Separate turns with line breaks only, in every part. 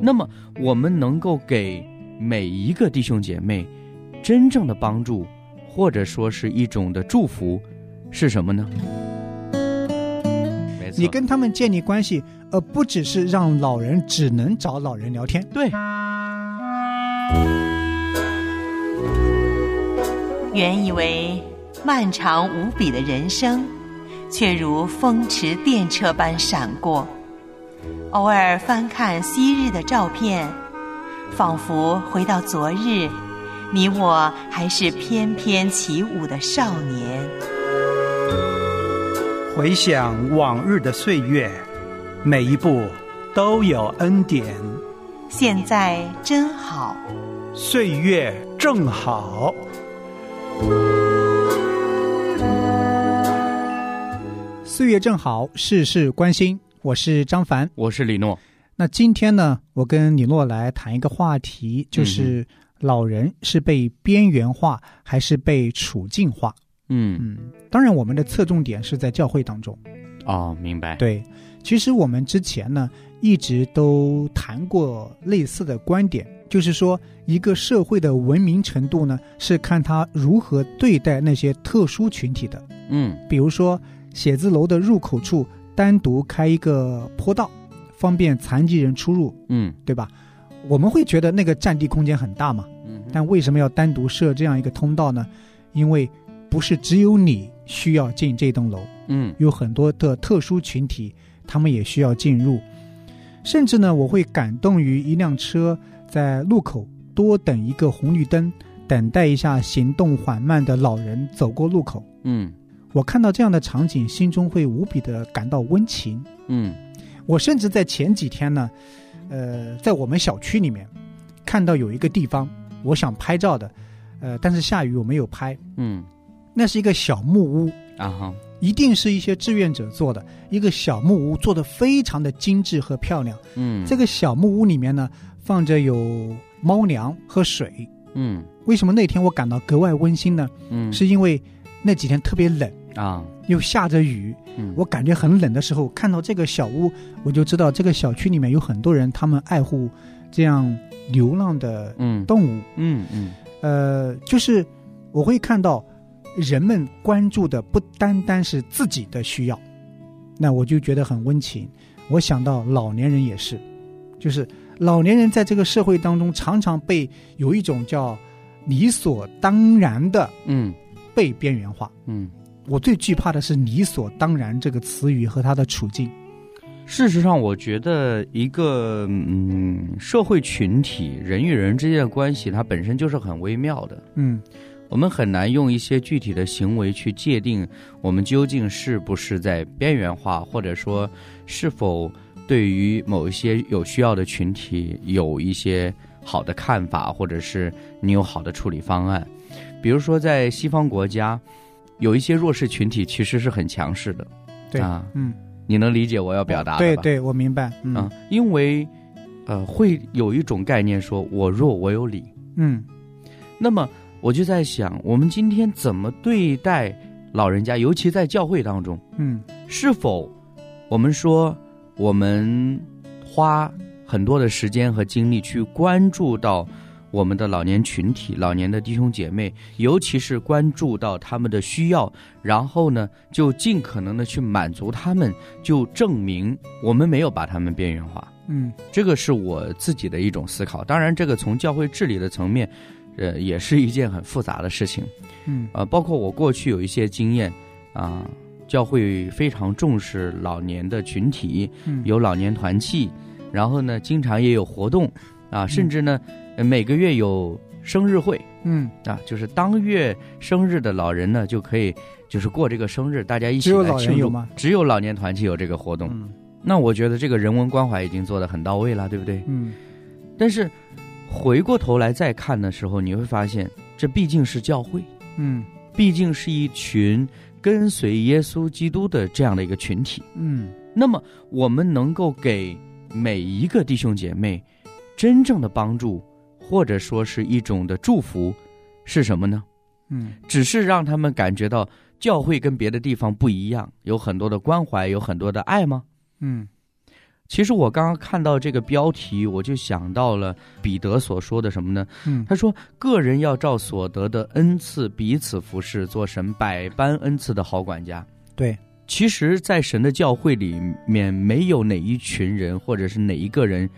那么我们能够给每一个弟兄姐妹真正的帮助，或者说是一种的祝福，是什么呢？没错，
你跟他们建立关系，而不只是让老人只能找老人聊天。
对，
原以为漫长无比的人生，却如风驰电掣般闪过。偶尔翻看昔日的照片，仿佛回到昨日，你我还是翩翩起舞的少年。
回想往日的岁月，每一步都有恩典，
现在真好，
岁月正好。
岁月正好，事事关心。我是张凡。
我是李诺。
那今天呢，我跟李诺来谈一个话题，
嗯
就是老人是被边缘化还是被处境化？
嗯，
嗯，当然，我们的侧重点是在教会当中。
哦，明白。，
对，其实我们之前呢一直都谈过类似的观点，就是说一个社会的文明程度呢，是看他如何对待那些特殊群体的。
嗯
比如说，写字楼的入口处单独开一个坡道，方便残疾人出入，
嗯
对吧？我们会觉得那个占地空间很大嘛，
嗯哼，
但为什么要单独设这样一个通道呢？因为不是只有你需要进这栋楼，
嗯
有很多的特殊群体，他们也需要进入。甚至呢，我会感动于一辆车在路口多等一个红绿灯，等待一下行动缓慢的老人走过路口。
嗯
我看到这样的场景，心中会无比的感到温情。
嗯
我甚至在前几天呢，呃，在我们小区里面看到有一个地方，我想拍照的，呃，但是下雨我没有拍。
嗯，
那是一个小木屋，
啊哈，
一定是一些志愿者做的。一个小木屋做的非常的精致和漂亮。
嗯，
这
个，
个小木屋里面呢，放着有猫粮和水。
嗯
为什么那天我感到格外温馨呢？
嗯，
是因为那几天特别冷，
啊，
又下着雨，
嗯
我感觉很冷的时候，看到这个小屋，我就知道这个小区里面有很多人，他们爱护这样流浪的
嗯
动物。
嗯嗯
呃，就是我会看到人们关注的不单单是自己的需要，那我就觉得很温情。我想到老年人也是，就是老年人在这个社会当中，常常被有一种叫理所当然的
嗯
被边缘化。
嗯。
我最惧怕的是“理所当然”这个词语和他的处境。
事实上，我觉得一个嗯社会群体人与人之间的关系，它本身就是很微妙的。
嗯，
我们很难用一些具体的行为去界定我们究竟是不是在边缘化，或者说是否对于某一些有需要的群体有一些好的看法，或者是你有好的处理方案。比如说，在西方国家，有一些弱势群体其实是很强势的。
对
啊，
嗯，
你能理解我要表达的吧？
对对，我明白。嗯、
啊，因为呃，会有一种概念说，我弱我有理。
嗯，
那么我就在想，我们今天怎么对待老人家，尤其在教会当中，
嗯
是否我们说我们花很多的时间和精力去关注到我们的老年群体、老年的弟兄姐妹，尤其是关注到他们的需要，然后呢，就尽可能的去满足他们，就证明我们没有把他们边缘化。
嗯
这个是我自己的一种思考。当然，这个从教会治理的层面，呃，也是一件很复杂的事情。
嗯
呃，包括我过去有一些经验，啊、教会非常重视老年的群体，
嗯，
有老年团契，然后呢，经常也有活动，啊，甚至呢，呃每个月有生日会。
嗯，
啊，就是当月生日的老人呢，就可以就是过这个生日，大家一起
只有
来
老
庆
人
祝
有？吗？
只有老年团契有这个活动。
嗯，
那我觉得这个人文关怀已经做得很到位了，对不对？
嗯
但是回过头来再看的时候，你会发现，这毕竟是教会，
嗯
毕竟是一群跟随耶稣基督的这样的一个群体。
嗯
那么，我们能够给每一个弟兄姐妹真正的帮助，或者说是一种的祝福，是什么呢？
嗯
只是让他们感觉到教会跟别的地方不一样，有很多的关怀，有很多的爱吗？
嗯
其实我刚刚看到这个标题，我就想到了彼得所说的什么呢？
嗯
他说：“个人要照所得的恩赐彼此服侍，做神百般恩赐的好管家。”
对，
其实，在神的教会里面，没有哪一群人或者是哪一个人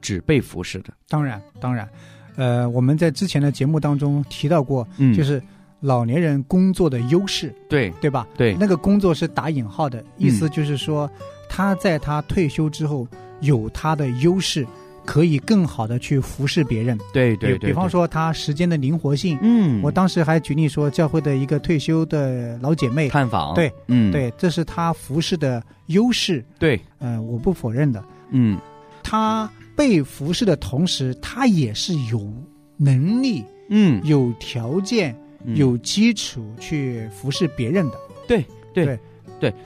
只被服侍的。
当然当然，呃，我们在之前的节目当中提到过，
嗯
就是老年人工作的优势，
对
对吧？
对
那个工作是打引号的，意思就是说，他在他退休之后有他的优势，可以更好的去服侍别人。
对
比
对对，
比方
对，
说他时间的灵活性。
嗯，
我当时还举例说，教会的一个退休的老姐妹，
探访，
对，
嗯，
对，这是她服饰的优势，
对，
呃，我不否认的。
嗯，
她被服侍的同时，她也是有能力、
嗯，
有条件、
嗯
有基础去服侍别人的。
对。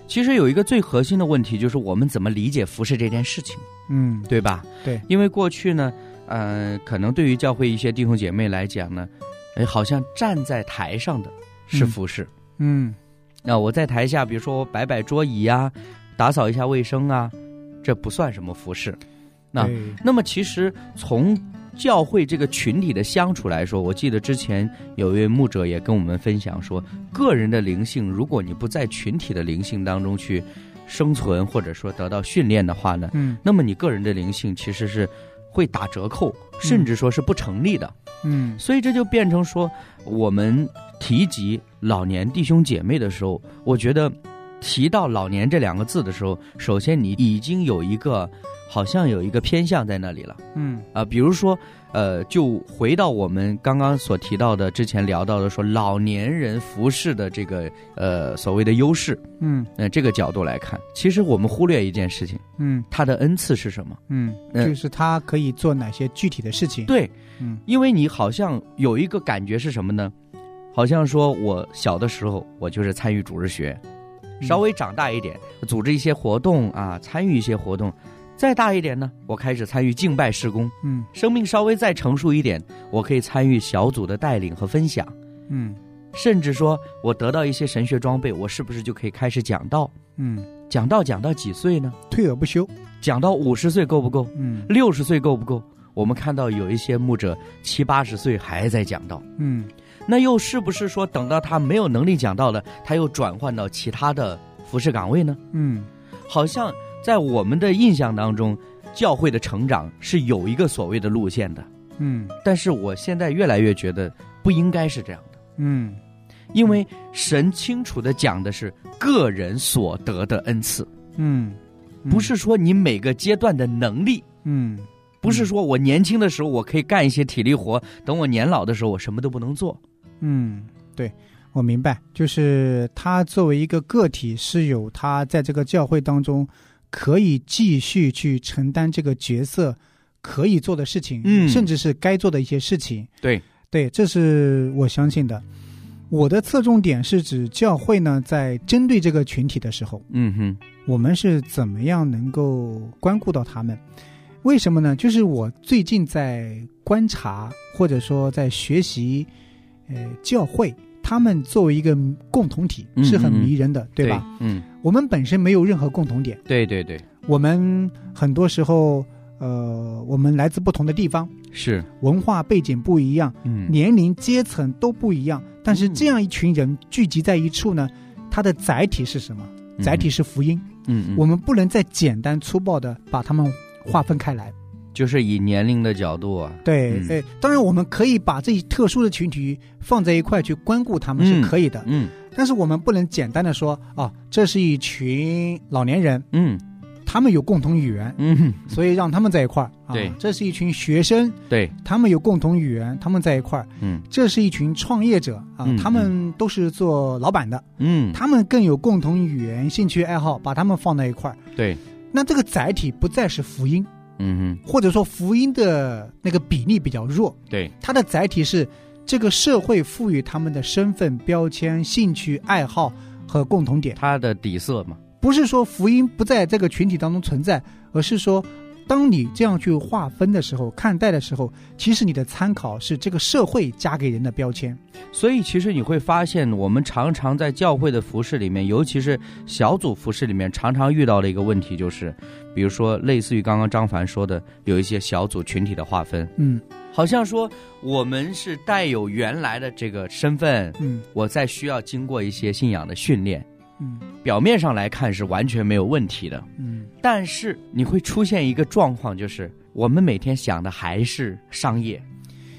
其实有一个最核心的问题，就是我们怎么理解服侍这件事情。
嗯，
对吧？
对
因为过去呢，呃，可能对于教会一些弟兄姐妹来讲呢，哎，好像站在台上的是服侍。
嗯，
那、我在台下，比如说我摆摆桌椅啊，打扫一下卫生啊，这不算什么服侍。那
对
那么其实从教会这个群体的相处来说，我记得之前有一位牧者也跟我们分享说，个人的灵性，如果你不在群体的灵性当中去生存，或者说得到训练的话呢，
嗯
那么你个人的灵性其实是会打折扣，甚至说是不成立的。
嗯
所以这就变成说，我们提及老年弟兄姐妹的时候，我觉得提到“老年”这两个字的时候，首先你已经有一个好像有一个偏向在那里了
嗯
啊、比如说，呃，就回到我们刚刚所提到的，之前聊到的说老年人服饰的这个呃所谓的优势，
嗯
嗯、这个角度来看，其实我们忽略一件事情，
嗯
他的恩赐是什么？
嗯，
嗯
就是她可以做哪些具体的事情？，
对，
嗯
因为你好像有一个感觉是什么呢？好像说我小的时候我就是参与主日学，稍微长大一点，组织一些活动啊，参与一些活动，再大一点呢，我开始参与敬拜施工。
嗯
生命稍微再成熟一点，我可以参与小组的带领和分享，
嗯
甚至说我得到一些神学装备，我是不是就可以开始讲道？
嗯，
讲道讲到几岁呢？
退而不休。
讲到五十岁够不够？
嗯
六十岁够不够？我们看到有一些牧者七八十岁还在讲道。
嗯
那又是不是说等到他没有能力讲道了，他又转换到其他的服饰岗位呢？
嗯
好像在我们的印象当中，教会的成长是有一个所谓的路线的，
嗯
但是我现在越来越觉得不应该是这样的，
嗯
因为神清楚的讲的是个人所得的恩赐，
嗯，
不是说你每个阶段的能力。
嗯
不是说我年轻的时候我可以干一些体力活，等我年老的时候我什么都不能做。
嗯，对，我明白，就是他作为一个个体是有他在这个教会当中可以继续去承担这个角色可以做的事情，
嗯
甚至是该做的一些事情。
对，
对，这是我相信的。我的侧重点是指教会呢，在针对这个群体的时候，
嗯哼，
我们是怎么样能够关顾到他们？为什么呢？就是我最近在观察，或者说在学习，呃，教会他们作为一个共同体
嗯
是很
嗯嗯
迷人的，对吧？？
嗯，
我们本身没有任何共同点，
对对对，
我们很多时候，呃，我们来自不同的地方，
是。
文化背景不一样，
嗯，
年龄阶层都不一样，但是
嗯
这样一群人聚集在一处呢，它的载体是什么？载体，是福音。
嗯，嗯
我们不能再简单粗暴的把它们划分开来。
就是以年龄的角度啊，
对，
嗯
哎、当然我们可以把这一特殊的群体放在一块去关顾他们
嗯
是可以的，
嗯
但是我们不能简单的说哦，这是一群老年人，
嗯
他们有共同语言，
嗯，
所以让他们在一块儿。啊
对，
这是一群学生，
对，
他们有共同语言，他们在一块儿。
嗯
这是一群创业者啊，
嗯
他们都是做老板的，
嗯，
他们更有共同语言、兴趣爱好，把他们放在一块儿。
对，
那这个载体不再是福音，
嗯哼，
或者说福音的那个比例比较弱，
对，
它的载体是这个社会赋予他们的身份标签、兴趣爱好和共同点，
他的底色嘛，
不是说福音不在这个群体当中存在，而是说当你这样去划分的时候、看待的时候，其实你的参考是这个社会加给人的标签。
所以其实你会发现，我们常常在教会的服饰里面，尤其是小组服饰里面，常常遇到的一个问题就是，比如说类似于刚刚张凡说的，有一些小组群体的划分，
嗯
好像说我们是带有原来的这个身份，
嗯
我再需要经过一些信仰的训练，
嗯
表面上来看是完全没有问题的，
嗯
但是你会出现一个状况，就是我们每天想的还是商业，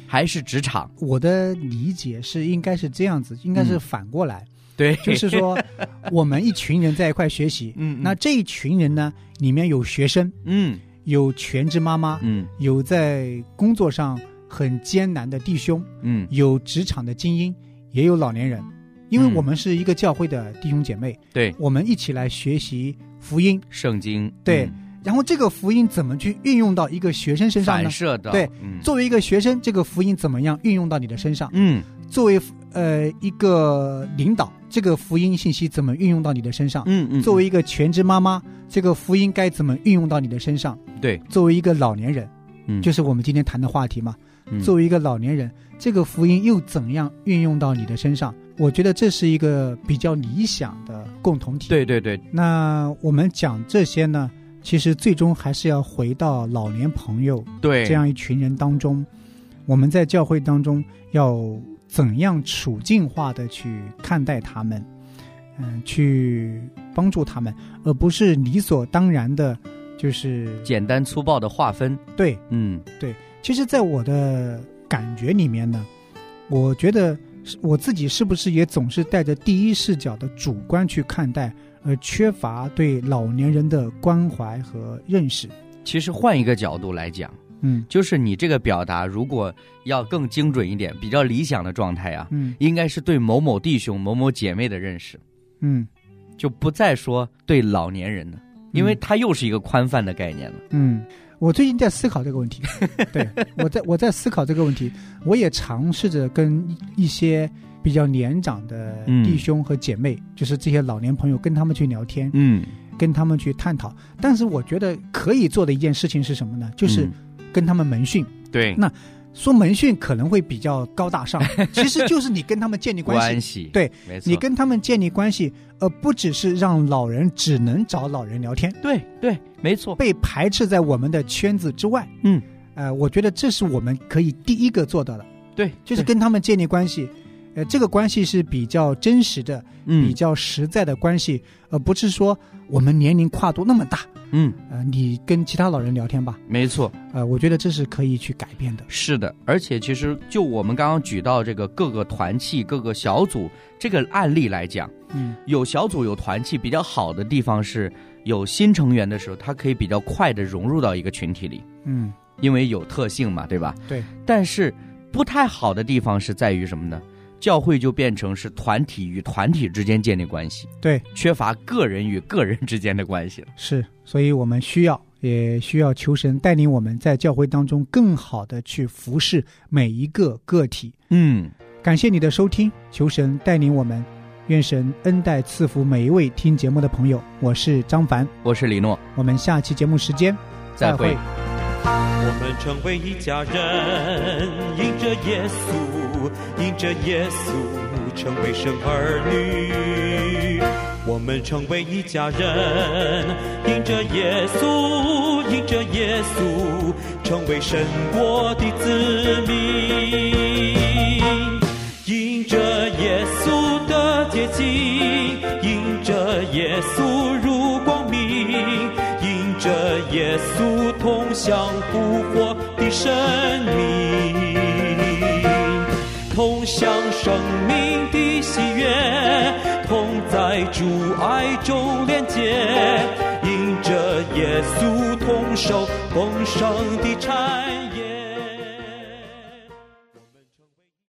还是职场，
我的理解是应该是这样子，应该是反过来，
对，
就是说我们一群人在一块学习，
嗯，
那这一群人呢，里面有学生，
嗯
有全职妈妈，
嗯
有在工作上很艰难的弟兄，
嗯
有职场的精英，也有老年人。因为
嗯
我们是一个教会的弟兄姐妹，
对
我们一起来学习福音，
圣经
对
嗯
然后这个福音怎么去运用到一个学生身上呢
反？射的
对，
嗯
作为一个学生，这个福音怎么样运用到你的身上？
嗯
作为呃一个领导，这个福音信息怎么运用到你的身上？
嗯嗯，
作为一个全职妈妈，这个福音该怎么运用到你的身上？
对，
作为一个老年人，
嗯
就是我们今天谈的话题嘛。
嗯
作为一个老年人，这个福音又怎样运用到你的身上？我觉得这是一个比较理想的共同体。，
对对对，
那我们讲这些呢，其实最终还是要回到老年朋友
对
这样一群人当中，我们在教会当中要怎样处境化的去看待他们，嗯，去帮助他们，而不是理所当然的，就是
简单粗暴的划分，
对。
嗯
其实，在我的感觉里面呢，我觉得是我自己是不是也总是带着第一视角的主观去看待，而缺乏对老年人的关怀和认识。
其实换一个角度来讲，
嗯
就是你这个表达如果要更精准一点，比较理想的状态啊，
嗯
应该是对某某弟兄、某某姐妹的认识，
嗯
就不再说对老年人了，因为它又是一个宽泛的概念了。
嗯，我最近在思考这个 问题。对我在我在思考这个问题，我也尝试着跟一些比较年长的
嗯
弟兄和姐妹，就是这些老年朋友，跟他们去聊天，
嗯，
跟他们去探讨。但是我觉得可以做的一件事情是什么
嗯
呢？就是。跟他们门训，
对
那说门训可能会比较高 大上，其实就是你跟他们建立关系，
关系，
对，
没错，
你跟他们建立关系，而不只是让老人只能找老人聊天，
对对，没错，
被排斥在我们的圈子之外。
嗯，
呃，我觉得这是我们可以第一个做到的，
对，
就是
对
跟他们建立关系。呃，这个关系是比较真实的、比
嗯
较实在的关系，而不是说我们年龄跨度那么大。
嗯，
呃，你跟其他老人聊天吧，
没错，
呃，我觉得这是可以去改变的。
是的，而且其实就我们刚刚举到这个各个团契、各个小组这个案例来讲，
嗯
有小组有团契比较好的地方是，有新成员的时候，他可以比较快的融入到一个群体里，
嗯，
因为有特性嘛，对吧？
对。
但是不太好的地方是在于什么呢？教会就变成是团体与团体之间建立关系，
对，
缺乏个人与个人之间的关系了。
是，所以我们需要，也需要求神带领我们在教会当中更好的去服侍每一个个体。
嗯，
感谢你的收听，求神带领我们，愿神恩待赐福每一位听节目的朋友。我是张凡，
我是李诺，
我们下期节目时间
再
会。
我们成为一家人，迎着耶稣，迎着耶稣，成为神儿女。我们成为一家人，迎着耶稣，迎着耶稣，成为神国的子民。迎着耶稣的捷径，迎着耶稣入光明，迎着耶稣同享复活的生命，同享生命的喜悦，同在主爱中连结，迎着耶稣同受丰盛的产业。